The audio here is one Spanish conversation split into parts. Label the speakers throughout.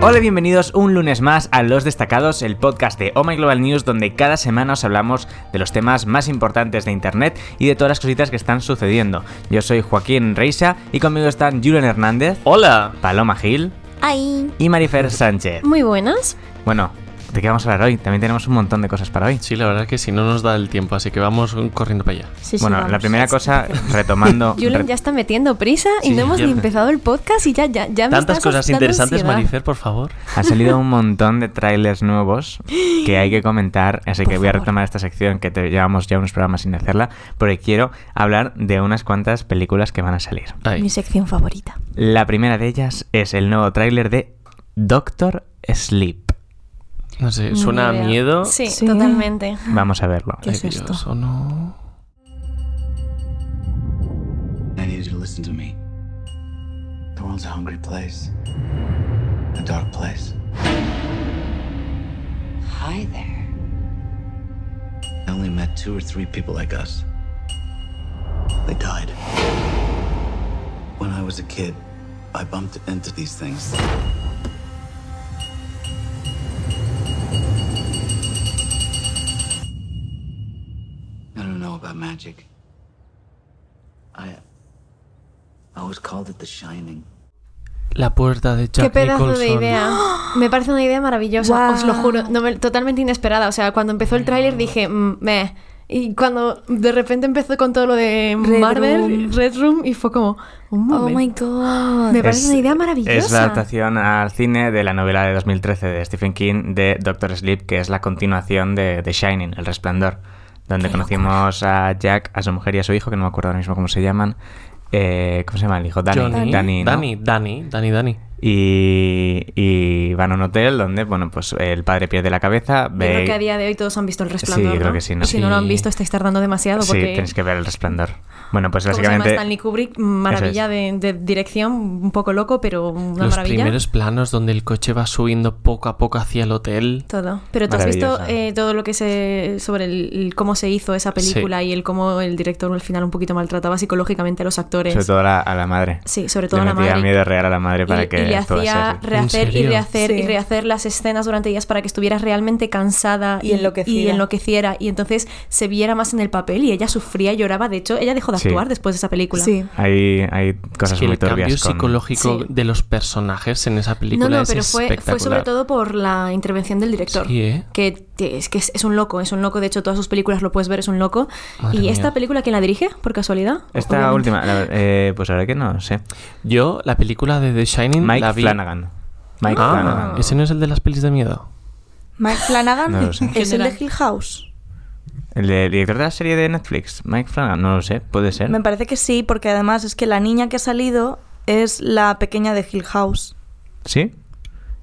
Speaker 1: Hola y bienvenidos un lunes más a Los Destacados, el podcast de Oh My Global News, donde cada semana os hablamos de los temas más importantes de Internet y de todas las cositas que están sucediendo. Yo soy Joaquín Reisa y conmigo están Julian Hernández,
Speaker 2: Hola.
Speaker 1: Paloma Gil
Speaker 3: Ay,
Speaker 1: y Marifer Sánchez.
Speaker 3: muy buenas.
Speaker 1: Bueno, ¿de qué vamos a hablar hoy? También tenemos un montón de cosas para hoy.
Speaker 2: Sí, la verdad es que si no nos da el tiempo, así que vamos corriendo para allá.
Speaker 3: Sí, sí,
Speaker 1: bueno,
Speaker 3: vamos.
Speaker 1: la primera cosa, retomando...
Speaker 3: Julen
Speaker 1: re-
Speaker 3: ya está metiendo prisa y
Speaker 2: Sí,
Speaker 3: no hemos
Speaker 2: yo-
Speaker 3: ni empezado el podcast y ya, ya, ya me
Speaker 2: Tantas
Speaker 3: estás
Speaker 2: cosas
Speaker 3: dando
Speaker 2: interesantes,
Speaker 3: ansiedad.
Speaker 2: Marifer, por favor.
Speaker 1: Han salido un montón de trailers nuevos que hay que comentar, así
Speaker 3: Por
Speaker 1: que voy a
Speaker 3: favor.
Speaker 1: retomar esta sección que te llevamos ya unos programas sin hacerla, porque quiero hablar de unas cuantas películas que van a salir.
Speaker 2: Ahí.
Speaker 3: Mi sección favorita.
Speaker 1: La primera de ellas es el nuevo tráiler de Doctor Sleep.
Speaker 2: No sé,
Speaker 3: Ni
Speaker 2: suena a
Speaker 3: idea.
Speaker 2: miedo.
Speaker 3: Sí,
Speaker 4: Sí.
Speaker 3: totalmente.
Speaker 1: Vamos a verlo.
Speaker 3: ¿Qué
Speaker 2: Ay,
Speaker 3: es esto?
Speaker 2: Dios, oh no.
Speaker 5: I need you to listen to me. The world's a hungry place, a dark place.
Speaker 6: Hi there.
Speaker 5: I only met two or three people like us. They died. When I was a kid, I bumped into these things. I don't know about magic. I. I always called it the shining.
Speaker 2: La puerta de Jack
Speaker 3: Qué pedazo de
Speaker 2: Nicholson.
Speaker 3: idea. Me parece una idea maravillosa,
Speaker 4: Guau.
Speaker 3: os lo juro. No me- totalmente inesperada. O sea, cuando empezó el tráiler dije, "Mm, meh. Y cuando de repente empezó con todo lo de
Speaker 4: Red
Speaker 3: Marvel,
Speaker 4: Room.
Speaker 3: Red Room, y fue como, un
Speaker 4: Oh
Speaker 3: momento.
Speaker 4: my god.
Speaker 3: Me parece
Speaker 1: Es-
Speaker 3: una idea
Speaker 1: Es la
Speaker 3: maravillosa.
Speaker 1: adaptación al cine de la novela de 2013 de Stephen King de Doctor Sleep, que es la continuación de The Shining, El Resplandor, donde conocimos a Jack, a su mujer y a su hijo, que no me acuerdo ahora mismo cómo se llaman. Eh, ¿Cómo se llama el hijo? Danny.
Speaker 2: Johnny,
Speaker 1: Danny, ¿no?
Speaker 2: Dani, Dani, Dani, Dani.
Speaker 1: Y, y van a un hotel donde, bueno, pues el padre pierde la cabeza,
Speaker 3: Yo creo que a
Speaker 1: ve...
Speaker 3: día de hoy todos han visto el resplandor.
Speaker 1: creo
Speaker 3: ¿no?
Speaker 1: que sí, ¿no?
Speaker 3: Si no lo han
Speaker 2: Sí.
Speaker 3: visto, estáis tardando demasiado
Speaker 1: Sí,
Speaker 3: porque.
Speaker 1: tienes que ver El Resplandor. Bueno, pues
Speaker 3: como se llama
Speaker 1: básicamente...
Speaker 3: Stanley Kubrick, mm, maravilla de, de dirección, un poco loco, pero una
Speaker 2: Los
Speaker 3: maravilla.
Speaker 2: primeros planos donde el coche va subiendo poco a poco hacia el hotel.
Speaker 3: Todo. Pero tú has visto
Speaker 1: Maravillosa.
Speaker 3: eh, todo lo que se. sobre el, el cómo se hizo esa película y el cómo el director al final un poquito maltrataba psicológicamente a los actores.
Speaker 1: Sobre todo a la, a la madre.
Speaker 3: Sí, sobre todo
Speaker 1: Le
Speaker 3: a la
Speaker 1: metía
Speaker 3: madre.
Speaker 1: miedo real a la madre para
Speaker 3: y,
Speaker 1: que
Speaker 3: y le
Speaker 1: actuase
Speaker 3: hacía
Speaker 1: así.
Speaker 2: ¿En
Speaker 3: rehacer y
Speaker 2: serio?
Speaker 3: rehacer y
Speaker 4: Sí.
Speaker 3: rehacer las escenas durante ellas para que estuvieras realmente cansada
Speaker 4: Y enloqueciera.
Speaker 3: y enloqueciera. Y entonces se viera más en el papel y ella sufría y lloraba. De hecho, ella dejó de
Speaker 1: Sí.
Speaker 3: actuar después de esa película.
Speaker 4: Sí.
Speaker 1: Hay, hay cosas
Speaker 2: Es que
Speaker 1: muy
Speaker 2: el
Speaker 1: turbias.
Speaker 2: cambio
Speaker 1: con-
Speaker 2: psicológico
Speaker 3: Sí.
Speaker 2: de los personajes en esa película
Speaker 3: No, no,
Speaker 2: es
Speaker 3: pero fue, fue sobre
Speaker 2: espectacular.
Speaker 3: todo por la intervención del director.
Speaker 2: Sí, ¿eh?
Speaker 3: Que, te- es que es, es un loco, es un loco. De hecho, todas sus películas lo puedes ver, es un loco.
Speaker 2: Madre
Speaker 3: ¿Y
Speaker 2: mía.
Speaker 3: esta película quién la dirige, por casualidad?
Speaker 1: Esta
Speaker 3: Obviamente.
Speaker 1: última, la- eh, pues ahora que no sé.
Speaker 2: Yo, la película de The Shining
Speaker 1: Mike
Speaker 2: la vi...
Speaker 1: Flanagan. Mike
Speaker 2: Ah,
Speaker 1: Flanagan.
Speaker 2: ¿ese no es el de las pelis de miedo?
Speaker 4: Mike Flanagan
Speaker 1: No lo sé.
Speaker 4: es el de
Speaker 3: General.
Speaker 4: Hill House.
Speaker 1: El de- el director de la serie de Netflix, Mike Flanagan, no lo sé, puede ser.
Speaker 4: Me parece que sí, porque además es que la niña que ha salido es la pequeña de Hill House.
Speaker 1: Sí.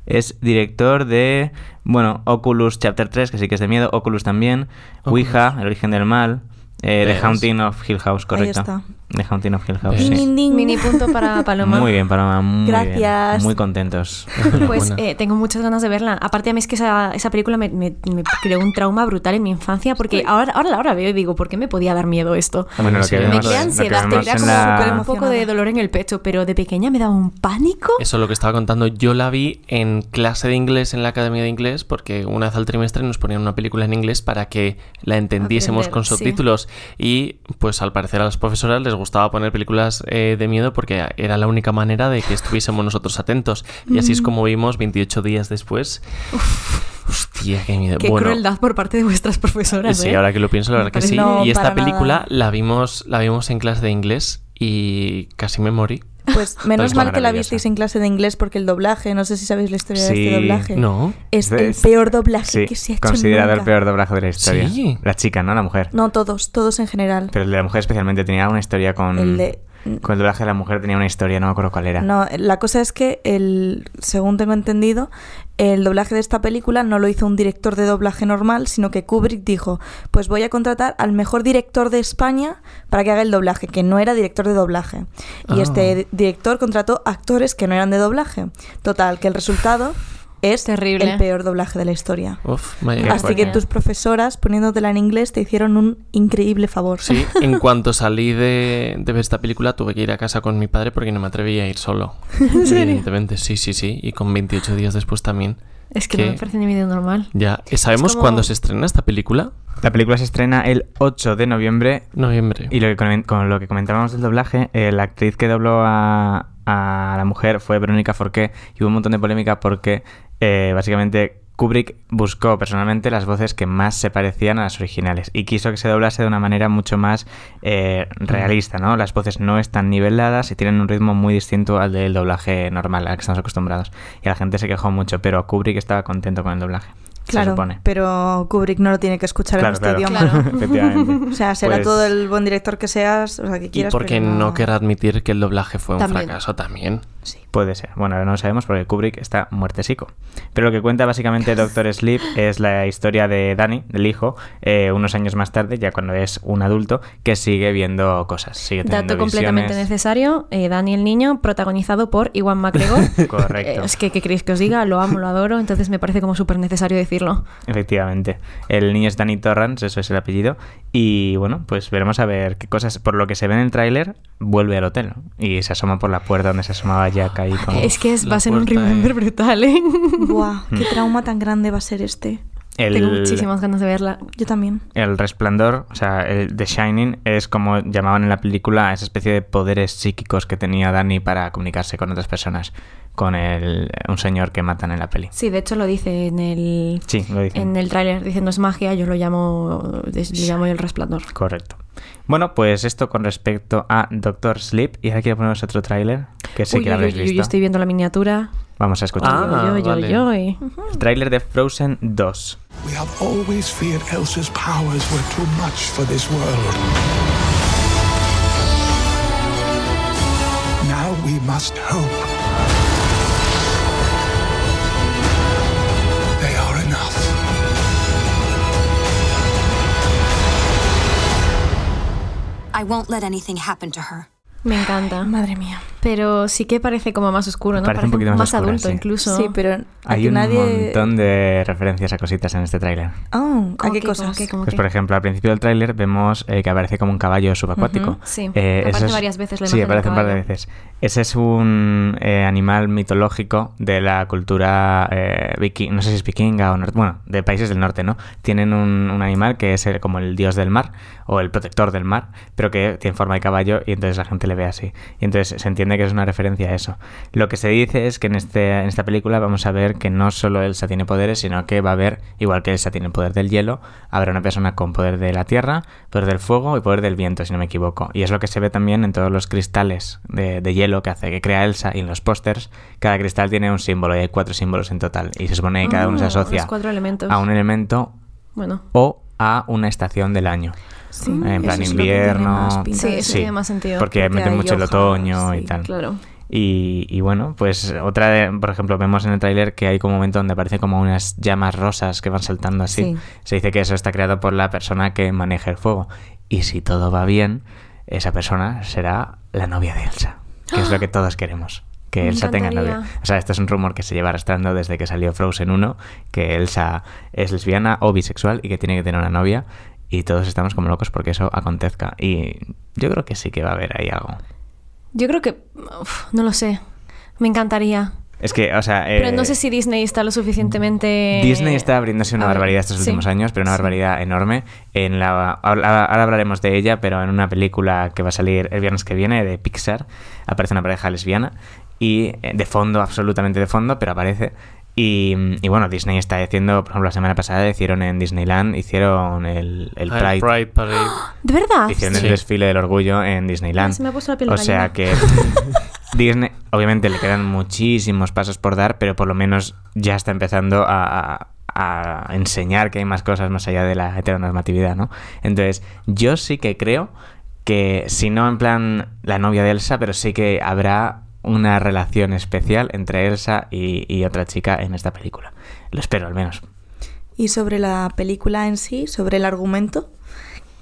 Speaker 1: Es director de, bueno, Oculus Chapter 3, que sí que es de miedo, Oculus también,
Speaker 2: Oculus.
Speaker 1: Ouija, El origen del mal, eh, The
Speaker 2: ¿Ves?
Speaker 1: Haunting of Hill House, correcto.
Speaker 4: está.
Speaker 1: The Haunting of Hill House,
Speaker 2: ¿Ves?
Speaker 4: Ding,
Speaker 1: Oh, sí.
Speaker 4: ding, ding.
Speaker 3: Mini punto para Paloma.
Speaker 1: Muy bien, Paloma, muy bien.
Speaker 4: Gracias.
Speaker 1: Muy contentos.
Speaker 3: Pues
Speaker 2: Enhorabuena.
Speaker 3: eh, tengo muchas ganas de verla. Aparte, a mí es que esa, esa película me, me- me creó un trauma brutal en mi infancia porque ahora, ahora, ahora veo y digo, ¿por qué me podía dar miedo esto?
Speaker 1: Bueno, lo
Speaker 2: Sí,
Speaker 1: que
Speaker 2: me
Speaker 1: vemos,
Speaker 3: me
Speaker 1: lo
Speaker 3: crea
Speaker 1: que
Speaker 3: ansiedad, te
Speaker 1: vemos
Speaker 3: crea
Speaker 1: en
Speaker 3: como
Speaker 1: la-
Speaker 3: súper un poco de dolor en el pecho, pero de pequeña me daba un pánico.
Speaker 2: Eso es lo que estaba contando. Yo la vi en clase de inglés, en la academia de inglés, porque una vez al trimestre nos ponían una película en inglés para que la entendiésemos
Speaker 3: Aprender,
Speaker 2: con
Speaker 3: sí.
Speaker 2: subtítulos. Y pues al parecer a las profesoras les gustaba poner películas eh, de miedo porque era la única manera de que estuviésemos nosotros atentos. Y así
Speaker 3: Mm.
Speaker 2: es como vimos 28 días después. Hostia, qué miedo.
Speaker 3: Qué
Speaker 2: bueno,
Speaker 3: crueldad por parte de vuestras profesoras.
Speaker 2: Sí,
Speaker 3: ¿eh?
Speaker 2: ahora que lo pienso, la
Speaker 3: Me
Speaker 2: verdad que sí.
Speaker 4: parece- No,
Speaker 2: y esta
Speaker 4: para nada.
Speaker 2: película la vimos, la vimos en clase de inglés y casi me morí.
Speaker 4: Pues menos
Speaker 1: Es
Speaker 4: mal que la
Speaker 1: maravillosa.
Speaker 4: visteis en clase de inglés porque el doblaje, no sé si sabéis la historia de
Speaker 1: Sí.
Speaker 4: este doblaje.
Speaker 2: No.
Speaker 4: Es el
Speaker 1: Es-
Speaker 4: peor doblaje
Speaker 1: Sí,
Speaker 4: que se ha hecho
Speaker 1: considerado el
Speaker 4: nunca.
Speaker 1: peor doblaje de la historia.
Speaker 2: Sí.
Speaker 1: La chica, no la mujer.
Speaker 4: No todos, todos en general.
Speaker 1: Pero el de la mujer especialmente tenía una historia con...
Speaker 4: El de-
Speaker 1: mm, Con el doblaje de la mujer tenía una historia, no me acuerdo cuál era.
Speaker 4: No, la cosa es que, el, según tengo entendido, el doblaje de esta película no lo hizo un director de doblaje normal, sino que Kubrick dijo, pues voy a contratar al mejor director de España para que haga el doblaje, que no era director de doblaje. Y
Speaker 2: Ah.
Speaker 4: este di- director contrató actores que no eran de doblaje. Total, que el resultado es
Speaker 3: Terrible.
Speaker 4: el peor doblaje de la historia.
Speaker 2: Oh,
Speaker 7: Uf, vaya.
Speaker 4: Así que
Speaker 3: fuerte.
Speaker 4: tus profesoras, poniéndotela en inglés, te hicieron un increíble favor.
Speaker 7: Sí, en cuanto salí de, de ver esta película tuve que ir a casa con mi padre porque no me atrevía a ir solo. Evidentemente, sí, sí, sí. Y con 28 días después también.
Speaker 3: Es que
Speaker 7: ¿Qué?
Speaker 3: no me parece ni medio normal.
Speaker 7: Ya, Eh, ¿sabemos
Speaker 3: Es como-
Speaker 7: cuándo se estrena esta película?
Speaker 1: La película se estrena el 8 de noviembre
Speaker 7: Noviembre.
Speaker 1: y lo que, comen- con lo que comentábamos del doblaje, eh, la actriz que dobló a, a la mujer fue Verónica Forqué y hubo un montón de polémica porque eh, básicamente Kubrick buscó personalmente las voces que más se parecían a las originales y quiso que se doblase de una manera mucho más eh, realista, ¿no? Las voces no están niveladas y tienen un ritmo muy distinto al del doblaje normal al que estamos acostumbrados y la gente se quejó mucho, pero Kubrick estaba contento con el doblaje. se
Speaker 4: claro,
Speaker 1: supone.
Speaker 4: pero Kubrick no lo tiene que escuchar en este idioma.
Speaker 3: Claro.
Speaker 1: Efectivamente.
Speaker 4: O sea, será
Speaker 1: Pues-
Speaker 4: todo el buen director que seas, o sea, que
Speaker 7: Y
Speaker 4: quieras.
Speaker 7: porque
Speaker 4: pero
Speaker 7: no... querrá admitir que el doblaje fue un
Speaker 3: También.
Speaker 7: fracaso también.
Speaker 1: Puede ser. Bueno, ahora no lo sabemos porque Kubrick está muertesico. Pero lo que cuenta básicamente Doctor Sleep es la historia de Danny, el hijo, eh, unos años más tarde, ya cuando es un adulto, que sigue viendo cosas. Sigue teniendo
Speaker 3: Dato completamente
Speaker 1: visiones.
Speaker 3: necesario, eh, Dani el niño, protagonizado por Iwan MacGregor.
Speaker 1: Correcto.
Speaker 3: Eh, es que, ¿qué queréis que os diga? Lo amo, lo adoro, entonces me parece como súper necesario decirlo.
Speaker 1: Efectivamente. El niño es Danny Torrance, eso es el apellido. Y bueno, pues veremos a ver qué cosas. Por lo que se ve en el tráiler, vuelve al hotel ¿no? y se asoma por la puerta donde se asomaba Jack ahí como...
Speaker 3: es que es,
Speaker 7: la
Speaker 3: va a ser un
Speaker 7: puerta,
Speaker 3: remember
Speaker 7: eh.
Speaker 3: brutal, ¿eh?
Speaker 4: Buah,
Speaker 1: Mm.
Speaker 4: qué trauma tan grande va a ser este.
Speaker 1: el...
Speaker 3: Tengo muchísimas ganas de verla.
Speaker 4: Yo también.
Speaker 1: El resplandor, o sea, el The Shining, es como llamaban en la película a esa especie de poderes psíquicos que tenía Danny para comunicarse con otras personas, con el, un señor que matan en la peli.
Speaker 3: Sí, de hecho lo dice en el,
Speaker 1: Sí, lo dicen.
Speaker 3: en el tráiler. Dice, no es magia, yo lo llamo, es- le llamo yo el resplandor.
Speaker 1: Correcto. Bueno, pues esto con respecto a Doctor Sleep. Y ahora quiero poneros otro tráiler, que sé
Speaker 3: Uy,
Speaker 1: que lo
Speaker 3: uy,
Speaker 1: habréis
Speaker 3: uy, uy,
Speaker 1: visto.
Speaker 3: yo estoy viendo la miniatura.
Speaker 1: Vamos a escuchar.
Speaker 7: Ah,
Speaker 3: Uy, uy, uy,
Speaker 7: vale.
Speaker 3: uy, uy.
Speaker 1: El tráiler de Frozen 2.
Speaker 6: We have always feared Elsa's powers were too much for this world. Now we must hope they are enough.
Speaker 8: I won't let anything happen to her.
Speaker 3: Me encanta.
Speaker 4: Madre mía.
Speaker 3: Pero sí que parece como más oscuro, ¿no?
Speaker 1: Parece un poquito más oscura,
Speaker 3: adulto
Speaker 1: sí.
Speaker 3: incluso.
Speaker 4: Sí, pero
Speaker 1: Hay
Speaker 4: aquí
Speaker 1: un
Speaker 4: nadie.
Speaker 1: montón de referencias a cositas en este tráiler.
Speaker 4: Oh, ¿a
Speaker 3: ¿Cómo
Speaker 4: qué
Speaker 3: que-
Speaker 4: cosas?
Speaker 3: cómo que- cómo
Speaker 1: Pues
Speaker 3: que?
Speaker 1: por ejemplo, al principio del tráiler vemos eh, que aparece como un caballo subacuático.
Speaker 4: Ujú,
Speaker 3: sí.
Speaker 1: Eh,
Speaker 3: Aparece
Speaker 1: eso es-
Speaker 3: varias veces la
Speaker 1: Sí,
Speaker 3: imagen del
Speaker 1: aparece un par de
Speaker 3: caballo.
Speaker 1: veces. Ese es un eh, animal mitológico de la cultura eh, viki- no sé si es vikinga o nor- bueno, de países del norte, ¿no? Tienen un, un animal que es el- como el dios del mar o el protector del mar, pero que tiene forma de caballo y entonces la gente le ve así. Y entonces se entiende que es una referencia a eso. Lo que se dice es que en, este, en esta película vamos a ver que no solo Elsa tiene poderes, sino que va a haber, igual que Elsa tiene el poder del hielo, habrá una persona con poder de la tierra, poder del fuego y poder del viento, si no me equivoco. Y es lo que se ve también en todos los cristales de, de hielo que hace, que crea Elsa y en los pósters. Cada cristal tiene un símbolo y hay cuatro símbolos en total. Y se supone que cada uno se
Speaker 4: Oh,
Speaker 3: Ah,
Speaker 1: asocia
Speaker 3: los cuatro elementos.
Speaker 1: a un elemento
Speaker 3: Bueno.
Speaker 1: o a una estación del año.
Speaker 4: Sí,
Speaker 1: en
Speaker 4: Mm, eso
Speaker 1: plan
Speaker 4: es lo que tiene
Speaker 1: invierno.
Speaker 4: más pinta
Speaker 3: Ah. Sí,
Speaker 4: de-
Speaker 3: eso tiene más sentido.
Speaker 1: Porque,
Speaker 4: Porque
Speaker 1: meten
Speaker 4: hay
Speaker 1: mucho el
Speaker 4: hojas,
Speaker 1: otoño y
Speaker 4: sí,
Speaker 1: tal.
Speaker 3: Claro.
Speaker 1: Y, y bueno, pues otra, de- por ejemplo, vemos en el tráiler que hay como un momento donde aparece como unas llamas rosas que van saltando así.
Speaker 3: Sí.
Speaker 1: Se dice que eso está creado por la persona que maneja el fuego. Y si todo va bien, esa persona será la novia de Elsa, que es lo que todos queremos. Que
Speaker 3: ¡Ah! Me
Speaker 1: Elsa tenga
Speaker 3: encantaría.
Speaker 1: novia. O sea, este es un rumor que se lleva arrastrando desde que salió Frozen 1, que Elsa es lesbiana o bisexual y que tiene que tener una novia. Y todos estamos como locos porque eso acontezca. Y yo creo que sí que va a haber ahí algo.
Speaker 3: Yo creo que. uf, no lo sé. Me encantaría.
Speaker 1: Es que, o sea...
Speaker 3: Pero
Speaker 1: eh,
Speaker 3: no sé si Disney está lo suficientemente.
Speaker 1: Disney está abriéndose una
Speaker 3: Eh, a ver,
Speaker 1: barbaridad estos
Speaker 3: sí.
Speaker 1: últimos años, pero una barbaridad enorme. En la, ahora, ahora hablaremos de ella, pero en una película que va a salir el viernes que viene de Pixar aparece una pareja lesbiana y eh, de fondo, absolutamente de fondo, pero aparece. Y, y bueno, Disney está haciendo, por ejemplo, la semana pasada hicieron en Disneyland, hicieron el, el
Speaker 7: Ah,
Speaker 1: Pride.
Speaker 7: Parade.
Speaker 3: ¿De verdad?
Speaker 1: Hicieron
Speaker 7: Sí.
Speaker 1: el desfile del orgullo en Disneyland.
Speaker 3: Ay, se me ha puesto la piel
Speaker 1: o sea
Speaker 3: gallina.
Speaker 1: que Disney, obviamente le quedan muchísimos pasos por dar, pero por lo menos ya está empezando a, a- a enseñar que hay más cosas más allá de la heteronormatividad, ¿no? Entonces, yo sí que creo que, si no en plan la novia de Elsa, pero sí que habrá una relación especial entre Elsa y, y otra chica en esta película. Lo espero, al menos.
Speaker 4: Y sobre la película en sí, sobre el argumento,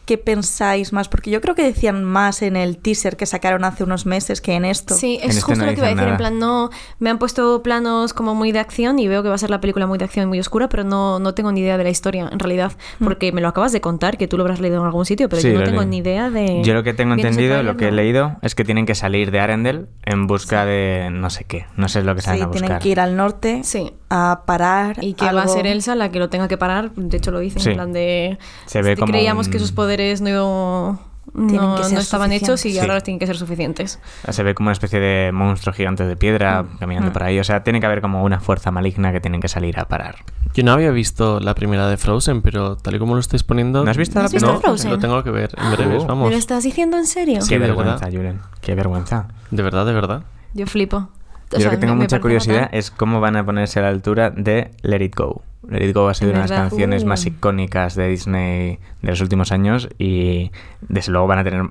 Speaker 4: que pensáis más? Porque yo creo que decían más en el teaser que sacaron hace unos meses que en esto.
Speaker 3: Sí,
Speaker 1: En
Speaker 3: es
Speaker 1: este
Speaker 3: justo
Speaker 1: no
Speaker 3: lo que iba a
Speaker 1: dicen
Speaker 3: decir.
Speaker 1: nada.
Speaker 3: En plan, no. Me han puesto planos como muy de acción y veo que va a ser la película muy de acción y muy oscura, pero no, no tengo ni idea de la historia, en realidad. Porque me lo acabas de contar, que tú lo habrás leído en algún sitio, pero
Speaker 1: Sí,
Speaker 3: yo no
Speaker 1: lo
Speaker 3: tengo
Speaker 1: leí.
Speaker 3: ni idea de.
Speaker 1: Yo lo que tengo
Speaker 3: ¿Vienes el
Speaker 1: entendido,
Speaker 3: tráiler?
Speaker 1: lo que he
Speaker 3: No.
Speaker 1: leído, es que tienen que salir de Arendelle en busca de no sé qué. No sé lo que
Speaker 4: Sí,
Speaker 1: salen a buscar.
Speaker 4: tienen que ir al norte
Speaker 3: Sí.
Speaker 4: a parar.
Speaker 3: Y que va a
Speaker 4: algo.
Speaker 3: ser Elsa la que lo tenga que parar. De hecho, lo dice
Speaker 1: Sí.
Speaker 3: en plan de.
Speaker 1: Se ve
Speaker 3: "Este,
Speaker 1: como
Speaker 3: Creíamos
Speaker 1: un-
Speaker 3: que sus poderes no,
Speaker 4: Tienen
Speaker 3: no,
Speaker 4: que ser
Speaker 3: no estaban hechos y
Speaker 1: suficientes.
Speaker 3: ahora
Speaker 1: Sí.
Speaker 3: tienen que ser suficientes.
Speaker 1: Se ve como una especie de monstruo gigante de piedra
Speaker 3: Mm.
Speaker 1: caminando por ahí. O sea, tiene que haber como una fuerza maligna que tienen que salir a parar.
Speaker 7: Yo no había visto la primera de Frozen, pero tal y como lo estáis poniendo.
Speaker 1: ¿No has visto la
Speaker 3: ¿No has visto
Speaker 7: No,
Speaker 3: Frozen?
Speaker 7: Lo tengo que ver en breves,
Speaker 1: Uh.
Speaker 7: vamos.
Speaker 3: ¿Me lo estás diciendo en serio?
Speaker 7: Sí.
Speaker 1: Qué
Speaker 7: de
Speaker 1: vergüenza,
Speaker 7: verdad.
Speaker 1: Julen. Qué vergüenza.
Speaker 7: De verdad, de verdad.
Speaker 3: Yo flipo. O
Speaker 1: Yo
Speaker 3: sea,
Speaker 1: lo que tengo
Speaker 3: me- me
Speaker 1: mucha
Speaker 3: parece
Speaker 1: curiosidad
Speaker 3: fatal.
Speaker 1: es cómo van a ponerse a la altura de Let It Go. Let It Go ha sido una
Speaker 3: En
Speaker 1: de las
Speaker 3: verdad,
Speaker 1: canciones
Speaker 3: uh.
Speaker 1: más icónicas de Disney de los últimos años y desde luego van a tener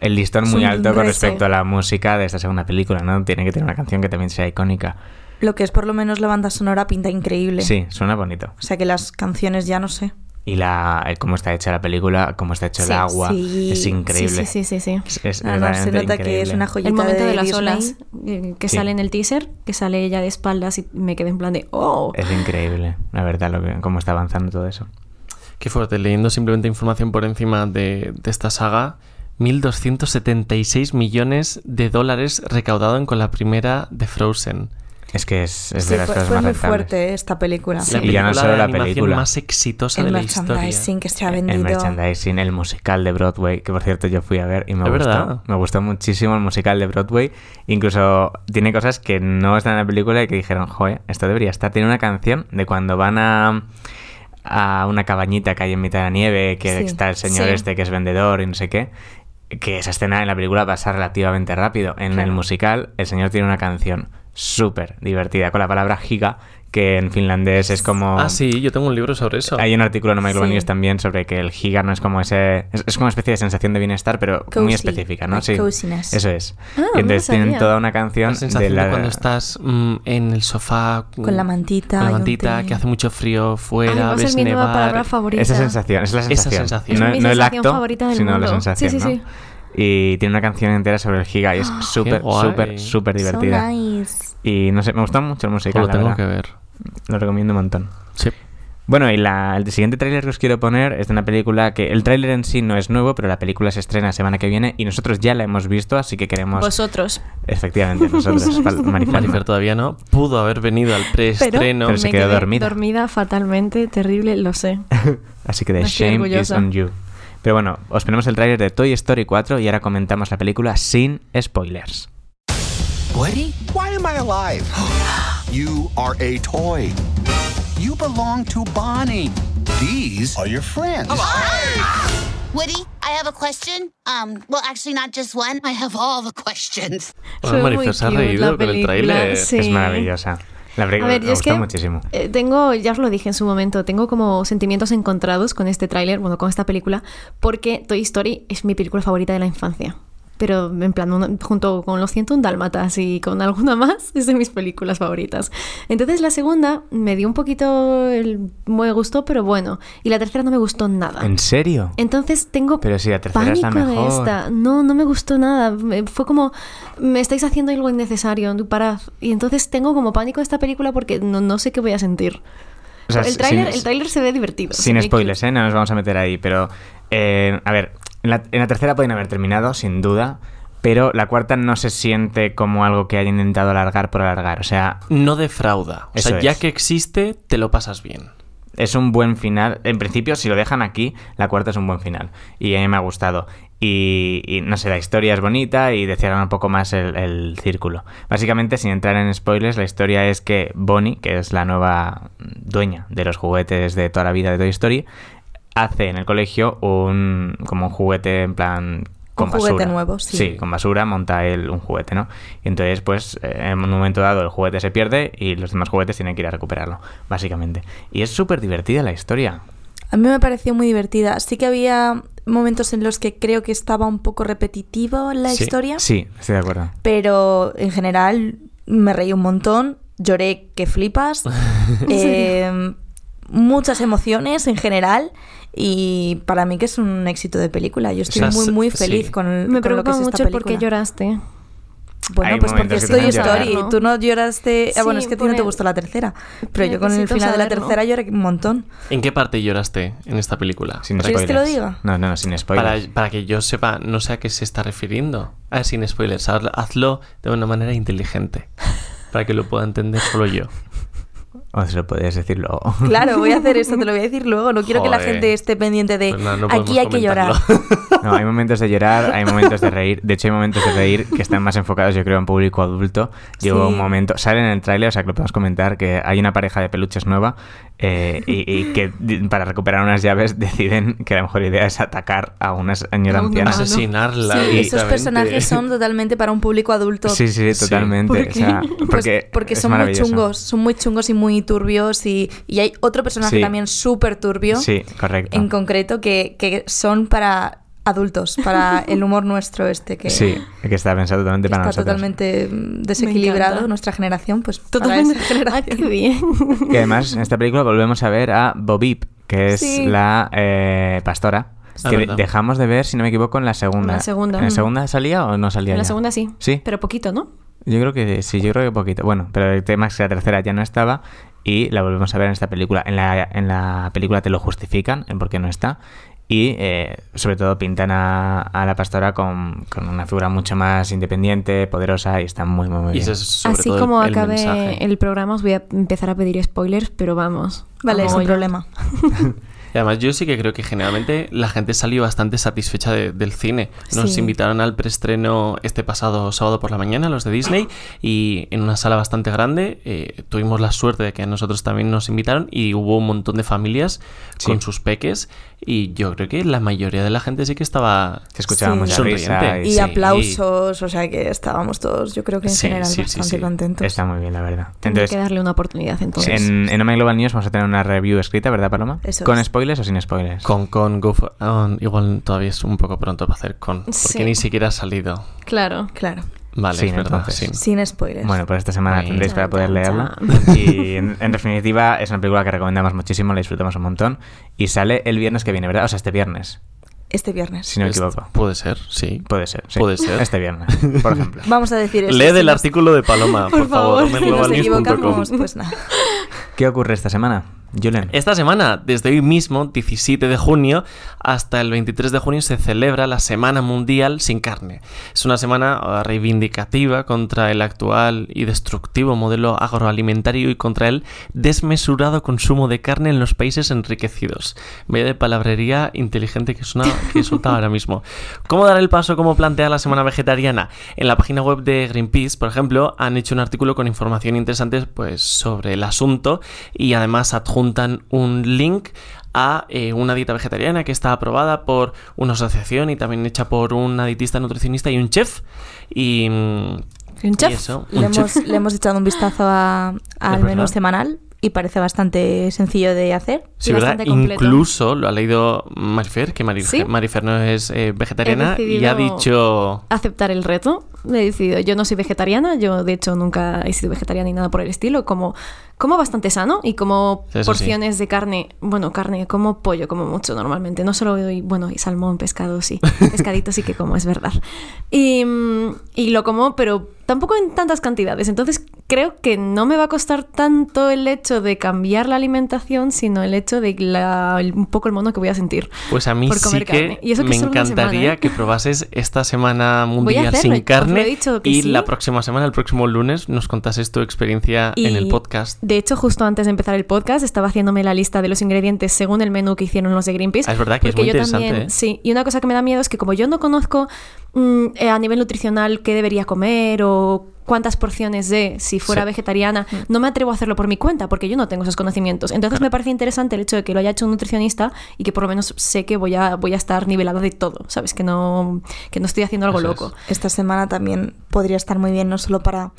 Speaker 1: el listón
Speaker 4: Es
Speaker 1: muy
Speaker 4: un
Speaker 1: alto con
Speaker 4: reto.
Speaker 1: respecto a la música de esta segunda película, ¿no? Tiene que tener una canción que también sea icónica.
Speaker 4: Lo que es por lo menos la banda sonora pinta increíble.
Speaker 1: Sí, suena bonito.
Speaker 4: O sea que las canciones ya no sé.
Speaker 1: Y la, el cómo está hecha la película, cómo está hecho
Speaker 3: Sí,
Speaker 1: el agua,
Speaker 4: sí.
Speaker 1: es increíble.
Speaker 3: Sí, sí, sí, sí. sí.
Speaker 1: Es, es
Speaker 4: No, no, se
Speaker 1: verdaderamente
Speaker 4: nota que es
Speaker 1: increíble.
Speaker 4: una joyita
Speaker 3: El momento de, las
Speaker 4: Disney.
Speaker 3: olas eh, que
Speaker 1: Sí.
Speaker 3: sale en el teaser, que sale ella de espaldas y me quedé en plan de ¡Oh!
Speaker 1: Es increíble, la verdad, lo que, cómo está avanzando todo eso.
Speaker 7: Qué fuerte, leyendo simplemente información por encima de, de esta saga. 1.276 millones de dólares recaudado en- con la primera de Frozen.
Speaker 1: Es que es, es
Speaker 4: Sí,
Speaker 1: de las
Speaker 4: fue,
Speaker 1: cosas
Speaker 4: fue
Speaker 1: más
Speaker 4: muy
Speaker 1: rentables.
Speaker 4: fuerte esta película.
Speaker 1: Sí. Y ya no solo
Speaker 7: de
Speaker 1: la
Speaker 7: animación
Speaker 1: película.
Speaker 7: más exitosa
Speaker 4: El
Speaker 7: de la historia.
Speaker 4: merchandising que se ha
Speaker 1: El
Speaker 4: vendido.
Speaker 1: merchandising, el musical de Broadway, que por cierto yo fui a ver y me
Speaker 7: Es
Speaker 1: gustó.
Speaker 7: verdad.
Speaker 1: Me gustó muchísimo el musical de Broadway. Incluso tiene cosas que no están en la película y que dijeron, joder, esto debería estar. Tiene una canción de cuando van a a una cabañita que hay en mitad de la nieve, que
Speaker 3: Sí,
Speaker 1: está el señor
Speaker 3: sí.
Speaker 1: este que es vendedor y no sé qué. Que esa escena en la película pasa relativamente rápido. En el musical, el señor tiene una canción súper divertida con la palabra giga, que en finlandés es como.
Speaker 7: Ah, sí, yo tengo un libro sobre eso.
Speaker 1: Hay un artículo en Michael
Speaker 3: Sí.
Speaker 1: News también sobre que el giga no es como ese. Es, es como una especie de sensación de bienestar, pero muy
Speaker 4: Cozy,
Speaker 1: específica, ¿no?
Speaker 4: like
Speaker 1: Sí.
Speaker 4: coziness.
Speaker 1: Eso es. y
Speaker 3: Ah, no
Speaker 1: entonces
Speaker 3: lo sabía.
Speaker 1: tienen toda una canción
Speaker 7: La sensación
Speaker 1: de la.
Speaker 7: de cuando estás mm, en el sofá mm,
Speaker 4: Con la mantita
Speaker 7: con la
Speaker 4: y un
Speaker 7: mantita,
Speaker 4: té.
Speaker 7: que hace mucho frío
Speaker 3: Ay,
Speaker 7: fuera,
Speaker 3: va a ser
Speaker 7: ves
Speaker 3: mi nueva palabra
Speaker 7: nevar.
Speaker 3: favorita.
Speaker 1: Esa sensación, es la
Speaker 7: Esa
Speaker 1: sensación.
Speaker 7: sensación.
Speaker 1: No,
Speaker 3: Es mi
Speaker 1: no el
Speaker 3: sensación
Speaker 1: acto,
Speaker 3: favorita del
Speaker 1: sino la
Speaker 3: mundo.
Speaker 1: sensación.
Speaker 3: Sí, sí,
Speaker 1: ¿no?
Speaker 3: sí.
Speaker 1: Y tiene una canción entera sobre el giga y es súper,
Speaker 7: guay.
Speaker 1: súper, súper divertida.
Speaker 4: So nice.
Speaker 1: Y no sé, me gustó mucho el musical.
Speaker 7: Pues lo
Speaker 1: la
Speaker 7: tengo
Speaker 1: verdad.
Speaker 7: que ver.
Speaker 1: Lo recomiendo un montón.
Speaker 7: Sí.
Speaker 1: Bueno, y la- el siguiente tráiler que os quiero poner es de una película que el tráiler en sí no es nuevo, pero la película se estrena semana que viene y nosotros ya la hemos visto, así que queremos...
Speaker 3: Vosotros.
Speaker 1: Efectivamente, nosotros, Fal- Marifer.
Speaker 7: Marifer todavía no pudo haber venido al preestreno.
Speaker 1: Pero se
Speaker 3: me
Speaker 1: quedó
Speaker 3: quedé
Speaker 1: dormida.
Speaker 3: Dormida fatalmente, terrible, lo sé.
Speaker 1: Así que the
Speaker 3: No estoy
Speaker 1: shame is
Speaker 3: orgullosa.
Speaker 1: on you. Pero bueno, os ponemos el tráiler de Toy Story 4 y ahora comentamos la película sin spoilers.
Speaker 9: Woody? Why am I alive? you are a toy. You belong to Bonnie. These are your friends.
Speaker 10: Woody, I have a question. Um, well, actually, not just one. I have all the questions.
Speaker 7: Bueno,
Speaker 3: Fue muy
Speaker 7: Marifer se ha
Speaker 3: cute
Speaker 7: reído
Speaker 3: la
Speaker 7: con el
Speaker 3: película,
Speaker 7: tráiler.
Speaker 3: sí.
Speaker 1: Es maravillosa. La
Speaker 3: A
Speaker 1: película
Speaker 3: ver,
Speaker 1: me
Speaker 3: yo es
Speaker 1: gustó
Speaker 3: que
Speaker 1: muchísimo.
Speaker 3: eh, tengo, ya os lo dije en su momento, tengo como sentimientos encontrados con este tráiler, bueno, con esta película, porque Toy Story es mi película favorita de la infancia. Pero en plan, una- junto con Los 101 Dálmatas y con alguna más, es de mis películas favoritas. Entonces la segunda me dio un poquito, el, me gustó, pero bueno. Y la tercera no me gustó nada.
Speaker 1: ¿En serio?
Speaker 3: Entonces tengo
Speaker 1: Pero si la tercera es la
Speaker 3: pánico de
Speaker 1: mejor.
Speaker 3: esta. No, no me gustó nada. Me- Fue como, me estáis haciendo algo innecesario, parad. Y entonces tengo como pánico de esta película porque no, no sé qué voy a sentir.
Speaker 1: O sea,
Speaker 3: el
Speaker 1: sin-
Speaker 3: tráiler el tráiler se ve divertido. se
Speaker 1: Sin
Speaker 3: ve
Speaker 1: spoilers,
Speaker 3: cute.
Speaker 1: ¿eh? No nos vamos a meter ahí, pero... eh, a ver, en la, en la tercera pueden haber terminado, sin duda, pero la cuarta no se siente como algo que haya intentado alargar por alargar. O sea,
Speaker 7: No defrauda. O sea,
Speaker 1: Eso
Speaker 7: ya
Speaker 1: es.
Speaker 7: que existe, te lo pasas bien.
Speaker 1: es un buen final. En principio, si lo dejan aquí, la cuarta es un buen final. Y a mí me ha gustado. Y, y no sé, la historia es bonita y decían un poco más el, el círculo. Básicamente, sin entrar en spoilers, la historia es que Bonnie, que es la nueva dueña de los juguetes de toda la vida de Toy Story, hace en el colegio un como un juguete en plan con
Speaker 4: Un juguete
Speaker 1: basura.
Speaker 4: nuevo, sí.
Speaker 1: con basura monta él un juguete, ¿no? Y entonces, pues, eh, en un momento dado el juguete se pierde y los demás juguetes tienen que ir a recuperarlo, básicamente. Y es súper divertida la historia.
Speaker 4: A mí me pareció muy divertida. Sí que había momentos en los que creo que estaba un poco repetitivo la
Speaker 7: Sí,
Speaker 4: historia,
Speaker 1: Sí, estoy de acuerdo.
Speaker 4: pero en general me reí un montón, lloré que flipas.
Speaker 3: ¿En serio?
Speaker 4: Eh, muchas emociones en general y para mí que es un éxito de película. Yo estoy
Speaker 7: sea,
Speaker 4: muy,
Speaker 7: se-
Speaker 4: muy
Speaker 7: sí.
Speaker 4: feliz con,
Speaker 1: ¿eh?
Speaker 4: el- con lo que
Speaker 3: Me preocupa
Speaker 4: es esta
Speaker 3: mucho el por qué
Speaker 4: película.
Speaker 3: lloraste.
Speaker 4: Bueno,
Speaker 1: Hay
Speaker 4: pues porque
Speaker 1: momentos
Speaker 4: es
Speaker 1: que te
Speaker 4: Toy
Speaker 1: hacen llorar,
Speaker 4: Story.
Speaker 3: ¿no?
Speaker 4: Tú no lloraste... Ah, bueno,
Speaker 3: Sí,
Speaker 4: es que a ti no
Speaker 3: por
Speaker 4: te
Speaker 3: el-
Speaker 4: gustó la tercera. Pero yo con el
Speaker 3: Necesito
Speaker 4: final de la
Speaker 3: saberlo.
Speaker 4: tercera lloré un montón.
Speaker 7: ¿En qué parte lloraste en esta película?
Speaker 1: Sin
Speaker 4: ¿Quieres
Speaker 1: spoilers.
Speaker 4: que lo diga?
Speaker 1: No, no, no, sin
Speaker 7: Para,
Speaker 1: spoilers.
Speaker 7: para que yo sepa, no sé a qué se está refiriendo. Ah, sin spoilers, haz- hazlo de una manera inteligente. Para que lo pueda entender solo yo.
Speaker 1: O se lo podrías decir luego.
Speaker 4: Claro, voy a hacer eso, te lo voy a decir luego. No quiero que la
Speaker 7: Joder.
Speaker 4: gente esté pendiente de
Speaker 7: Pues nada, no podemos
Speaker 4: aquí hay que llorar.
Speaker 7: comentarlo.
Speaker 1: No, hay momentos de llorar, hay momentos de reír. De hecho, hay momentos de reír que están más enfocados, yo creo, en público adulto. Llegó
Speaker 4: Sí.
Speaker 1: un momento, sale en el tráiler, o sea, que lo podemos comentar, que hay una pareja de peluches nueva eh, y, y que di- para recuperar unas llaves deciden que la mejor idea es atacar a una señora
Speaker 3: A un
Speaker 1: anciana.
Speaker 3: humano.
Speaker 7: Ah, Asesinarla.
Speaker 4: Sí, esos
Speaker 7: directamente.
Speaker 4: personajes son totalmente para un público adulto.
Speaker 1: Sí, sí,
Speaker 7: Sí.
Speaker 1: totalmente.
Speaker 3: ¿Por qué?
Speaker 1: O sea,
Speaker 4: Pues
Speaker 1: porque
Speaker 4: porque
Speaker 1: es
Speaker 4: son muy
Speaker 1: maravilloso.
Speaker 4: chungos, son muy chungos y muy turbios. Y, y hay otro personaje
Speaker 1: Sí.
Speaker 4: también súper turbio,
Speaker 1: Sí, correcto.
Speaker 4: en concreto, que, que son para adultos, para el humor nuestro este, que
Speaker 1: Sí, que está pensado totalmente para
Speaker 4: está
Speaker 1: nosotros.
Speaker 4: totalmente mm, desequilibrado,
Speaker 3: encanta.
Speaker 4: nuestra generación, pues para
Speaker 3: Totalmente.
Speaker 4: esa generación.
Speaker 3: Ah, qué bien.
Speaker 1: Que además en esta película volvemos a ver a Bobip, que es
Speaker 4: Sí.
Speaker 1: la eh, pastora.
Speaker 7: Ah,
Speaker 1: que
Speaker 7: verdad.
Speaker 1: dejamos de ver, si no me equivoco, en la segunda.
Speaker 3: En la segunda.
Speaker 1: ¿En la segunda salía o no salía?
Speaker 3: En la
Speaker 1: ya?
Speaker 3: segunda sí.
Speaker 1: Sí.
Speaker 3: Pero poquito, ¿no?
Speaker 1: Yo creo que sí, yo creo que poquito. Bueno, pero el tema es que la tercera ya no estaba y la volvemos a ver en esta película. En la, en la película te lo justifican en por qué no está y eh, sobre todo pintan a, a la pastora con, con una figura mucho más independiente, poderosa y está muy, muy, muy
Speaker 7: Y
Speaker 1: bien.
Speaker 7: eso es sobre
Speaker 3: Así
Speaker 7: todo el-
Speaker 3: como
Speaker 7: el
Speaker 3: acabe
Speaker 7: mensaje.
Speaker 3: el programa, os voy a empezar a pedir spoilers, pero vamos.
Speaker 4: Vale, es un
Speaker 3: mogollón.
Speaker 4: problema.
Speaker 7: Y además yo sí que creo que generalmente la gente salió bastante satisfecha de- del cine. Nos
Speaker 4: Sí.
Speaker 7: invitaron al preestreno este pasado sábado por la mañana, los de Disney, y en una sala bastante grande eh, tuvimos la suerte de que a nosotros también nos invitaron y hubo un montón de familias
Speaker 1: Sí.
Speaker 7: con sus peques y yo creo que la mayoría de la gente sí que estaba...
Speaker 1: Se escuchaba
Speaker 4: Sí.
Speaker 1: mucha risa.
Speaker 7: Sonriente.
Speaker 4: Y
Speaker 1: y-
Speaker 7: Eh, Sí.
Speaker 4: aplausos, o sea que estábamos todos, yo creo que en
Speaker 7: Sí,
Speaker 4: general,
Speaker 7: sí, sí,
Speaker 4: bastante
Speaker 7: sí.
Speaker 4: contentos.
Speaker 1: Está muy bien, la verdad.
Speaker 3: Tendré
Speaker 1: Entonces,
Speaker 3: que darle una oportunidad entonces.
Speaker 1: En, en Omega Global News vamos a tener una review escrita, ¿verdad, Paloma?
Speaker 4: Pues Eso
Speaker 1: ¿Con
Speaker 4: es.
Speaker 1: spoilers o sin spoilers?
Speaker 7: Con, con, Go For- on, igual todavía es un poco pronto para hacer con, porque
Speaker 3: Sí.
Speaker 7: ni siquiera ha salido.
Speaker 3: Claro.
Speaker 4: Claro,
Speaker 7: Vale,
Speaker 1: Sí,
Speaker 7: es verdad,
Speaker 1: entonces.
Speaker 7: sí.
Speaker 4: sin spoilers.
Speaker 1: Bueno, pues esta semana
Speaker 7: Mm. Bueno.
Speaker 1: tendréis para poder
Speaker 3: Chan, chan,
Speaker 1: leerla. Y en, en definitiva, es una película que recomendamos muchísimo, la disfrutamos un montón. Y sale el viernes que viene, ¿verdad? O sea, este viernes,
Speaker 4: Este viernes.
Speaker 1: si no me
Speaker 7: Es-
Speaker 1: equivoco.
Speaker 7: Puede ser, sí.
Speaker 1: Puede ser, sí.
Speaker 7: Puede ser.
Speaker 1: Este viernes, por ejemplo.
Speaker 4: Vamos a decir eso.
Speaker 7: Lee
Speaker 4: si
Speaker 7: del
Speaker 4: nos-
Speaker 7: artículo de Paloma, por,
Speaker 3: Por
Speaker 7: favor.
Speaker 3: favor.
Speaker 4: Si nos
Speaker 7: homeglobal news punto com.
Speaker 4: equivocamos, pues nada.
Speaker 1: ¿Qué ocurre esta semana, Julen?
Speaker 4: Eh,
Speaker 7: Esta semana, desde hoy mismo, 17 de junio, hasta el 23 de junio, se celebra la Semana Mundial Sin Carne. Es una semana eh, reivindicativa contra el actual y destructivo modelo agroalimentario y contra el desmesurado consumo de carne en los países enriquecidos. Vaya de palabrería inteligente que, suena, que he soltado ahora mismo. ¿Cómo dar el paso? ¿Cómo plantear la Semana Vegetariana? En la página web de Greenpeace, por ejemplo, han hecho un artículo con información interesante pues, sobre el asunto y además adjuntan un link a eh, una dieta vegetariana que está aprobada por una asociación y también hecha por una dietista nutricionista y un chef. Y, mm,
Speaker 3: ¿Y un
Speaker 7: y
Speaker 3: chef?
Speaker 7: eso, un
Speaker 4: Le hemos,
Speaker 7: chef.
Speaker 4: le hemos echado un vistazo a- al menú
Speaker 7: verdad.
Speaker 4: semanal y parece bastante sencillo de hacer.
Speaker 7: Sí,
Speaker 3: y
Speaker 7: ¿verdad?
Speaker 3: bastante completo.
Speaker 7: Incluso lo ha leído Marifer, que Marifer,
Speaker 3: ¿Sí?
Speaker 7: Marifer no es eh, vegetariana
Speaker 3: He
Speaker 7: y ha
Speaker 3: decidido-
Speaker 7: dicho...
Speaker 3: aceptar el reto. He decidido, yo no soy vegetariana, yo de hecho nunca he sido vegetariana ni nada por el estilo, como, como bastante sano y como
Speaker 7: Eso sí.
Speaker 3: porciones de carne, bueno, carne, como pollo, como mucho normalmente, no solo doy, bueno, y salmón, pescado, sí, pescadito sí que como, es verdad. Y, mm, y lo como, pero tampoco en tantas cantidades, entonces creo que no me va a costar tanto el hecho de cambiar la alimentación, sino el hecho de la- el- un poco el mono que voy a sentir.
Speaker 7: Pues a mí
Speaker 3: por
Speaker 7: sí
Speaker 3: comer
Speaker 7: que,
Speaker 3: carne. Y eso que
Speaker 7: me
Speaker 3: es solo una
Speaker 7: encantaría
Speaker 3: semana, ¿eh?
Speaker 7: que probases esta semana mundial
Speaker 3: hacerlo, os
Speaker 7: sin
Speaker 3: lo he
Speaker 7: carne
Speaker 3: dicho que
Speaker 7: y
Speaker 3: sí.
Speaker 7: la próxima semana, el próximo lunes, nos contases tu experiencia en el
Speaker 3: Y,
Speaker 7: podcast.
Speaker 3: De hecho, justo antes de empezar el podcast, estaba haciéndome la lista de los ingredientes según el menú que hicieron los de Greenpeace.
Speaker 7: Ah, es verdad que es
Speaker 3: porque
Speaker 7: muy
Speaker 3: yo
Speaker 7: interesante,
Speaker 3: También,
Speaker 7: ¿eh?
Speaker 3: Sí, y una cosa que me da miedo es que como yo no conozco mm, eh, a nivel nutricional qué debería comer o cuántas porciones de si fuera
Speaker 7: Sí. Mm.
Speaker 3: vegetariana, no me atrevo a hacerlo por mi cuenta porque yo no tengo esos conocimientos. Entonces me parece interesante el hecho de que lo haya hecho un nutricionista y que por lo menos sé que voy a, voy a estar nivelada de todo, ¿sabes? Que no, que no estoy haciendo algo
Speaker 7: Eso es.
Speaker 3: loco.
Speaker 4: Esta semana también podría estar muy bien, no solo para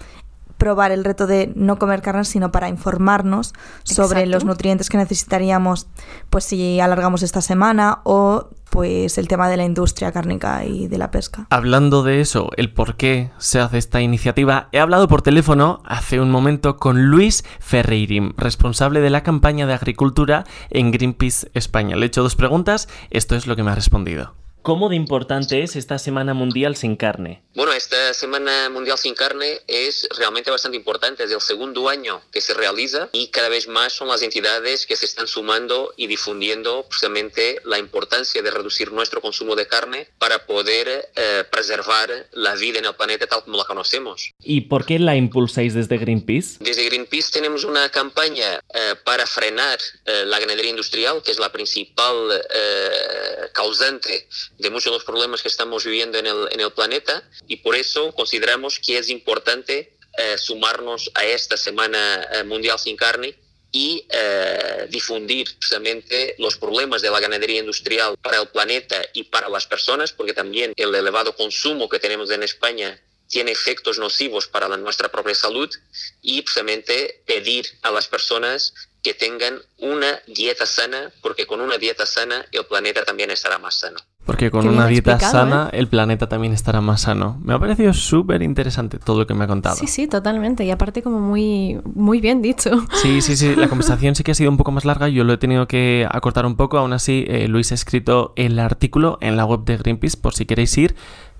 Speaker 4: probar el reto de no comer carne, sino para informarnos sobre
Speaker 3: Exacto.
Speaker 4: los nutrientes que necesitaríamos, pues si alargamos esta semana o pues el tema de la industria cárnica y de la pesca.
Speaker 7: Hablando de eso, el por qué se hace esta iniciativa, he hablado por teléfono hace un momento con Luis Ferreirim, responsable de la campaña de agricultura en Greenpeace España. Le he hecho dos preguntas, esto es lo que me ha respondido. ¿Cómo de importante es esta Semana Mundial sin carne?
Speaker 2: Bueno, esta Semana Mundial Sin Carne es realmente bastante importante, es el segundo año que se realiza y cada vez más son las entidades que se están sumando y difundiendo precisamente la importancia de reducir nuestro consumo de carne para poder eh, preservar la vida en el planeta tal como la conocemos.
Speaker 7: ¿Y por qué la impulsáis desde Greenpeace?
Speaker 2: Desde Greenpeace tenemos una campaña eh, para frenar eh, la ganadería industrial, que es la principal eh, causante de muchos de los problemas que estamos viviendo en el, en el planeta, y por eso consideramos que es importante eh, sumarnos a esta Semana eh, Mundial Sin Carne y eh, difundir precisamente los problemas de la ganadería industrial para el planeta y para las personas, porque también el elevado consumo que tenemos en España tiene efectos nocivos para la- nuestra propia salud y precisamente pedir a las personas que tengan una dieta sana, porque con una dieta sana el planeta también estará más sano.
Speaker 7: Porque con
Speaker 3: Qué bien
Speaker 7: una dieta
Speaker 3: explicado, ¿eh?
Speaker 7: sana el planeta también estará más sano. Me ha parecido súper interesante todo lo que me ha contado.
Speaker 3: Sí, sí, totalmente. Y aparte como muy, muy bien dicho.
Speaker 7: Sí, sí, sí. La conversación sí que ha sido un poco más larga. Yo lo he tenido que acortar un poco. Aún así, eh, Luis ha escrito el artículo en la web de Greenpeace por si queréis ir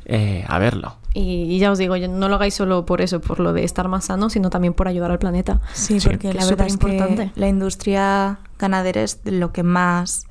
Speaker 7: eh, a verlo.
Speaker 3: Y, y ya os digo, yo- no lo hagáis solo por eso, por lo de estar más sano, sino también por ayudar al planeta.
Speaker 4: Sí,
Speaker 7: Sí.
Speaker 4: porque
Speaker 3: Que
Speaker 4: la
Speaker 3: es
Speaker 4: verdad es que
Speaker 3: superimportante.
Speaker 4: la industria ganadera es de lo que más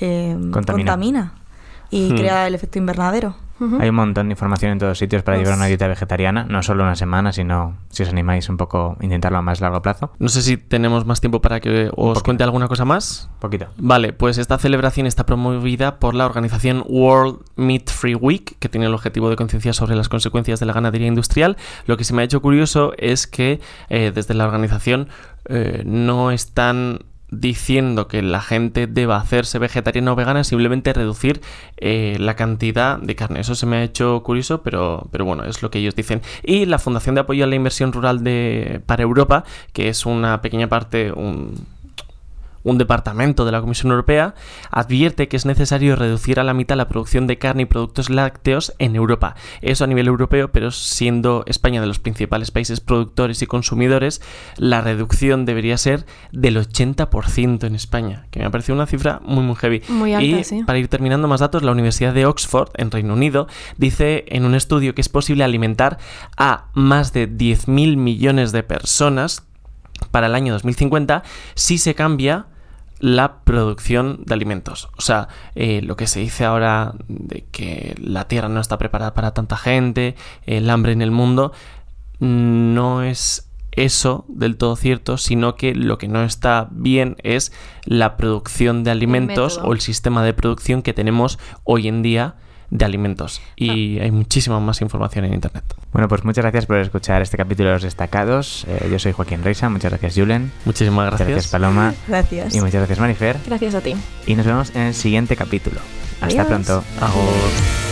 Speaker 4: eh,
Speaker 1: Contamina.
Speaker 4: contamina. y
Speaker 7: Hmm.
Speaker 4: crea el efecto invernadero.
Speaker 3: Ujú.
Speaker 1: Hay un montón de información en todos sitios para
Speaker 4: Pues
Speaker 1: llevar una dieta vegetariana, no solo una semana, sino si os animáis un poco, intentarlo a más largo plazo.
Speaker 7: No sé si tenemos más tiempo para que os
Speaker 1: poquito.
Speaker 7: cuente alguna cosa más.
Speaker 1: Poquito.
Speaker 7: Vale, pues esta celebración está promovida por la organización World Meat Free Week, que tiene el objetivo de concienciar sobre las consecuencias de la ganadería industrial. Lo que se me ha hecho curioso es que eh, desde la organización eh, no están diciendo que la gente deba hacerse vegetariana o vegana, simplemente reducir eh, la cantidad de carne. Eso se me ha hecho curioso, pero, pero bueno, es lo que ellos dicen. Y la Fundación de Apoyo a la Inversión Rural de, para Europa, que es una pequeña parte, un, un departamento de la Comisión Europea advierte que es necesario reducir a la mitad la producción de carne y productos lácteos en Europa. Eso a nivel europeo, pero siendo España de los principales países productores y consumidores, la reducción debería ser del 80% en España, que me ha parecido una cifra muy, muy heavy.
Speaker 3: Muy alta,
Speaker 7: y
Speaker 3: sí.
Speaker 7: para ir terminando más datos, la Universidad de Oxford, en Reino Unido, dice en un estudio que es posible alimentar a más de 10.000 millones de personas para el año 2050 si se cambia la producción de alimentos. O sea, eh, lo que se dice ahora de que la Tierra no está preparada para tanta gente, el hambre en el mundo, mm, no es eso del todo cierto, sino que lo que no está bien es la producción de alimentos
Speaker 3: método.
Speaker 7: o el sistema de producción que tenemos hoy en día de alimentos. Y hay muchísima más información en Internet.
Speaker 1: Bueno, pues muchas gracias por escuchar este capítulo de los destacados. Eh, yo soy Joaquín Reisa, muchas gracias Julen,
Speaker 7: Muchísimas
Speaker 1: muchas gracias Paloma
Speaker 4: Gracias.
Speaker 1: y muchas gracias Marifer.
Speaker 3: Gracias a ti.
Speaker 1: Y nos vemos en el siguiente capítulo. Hasta
Speaker 3: Adiós.
Speaker 1: pronto.
Speaker 7: Agur.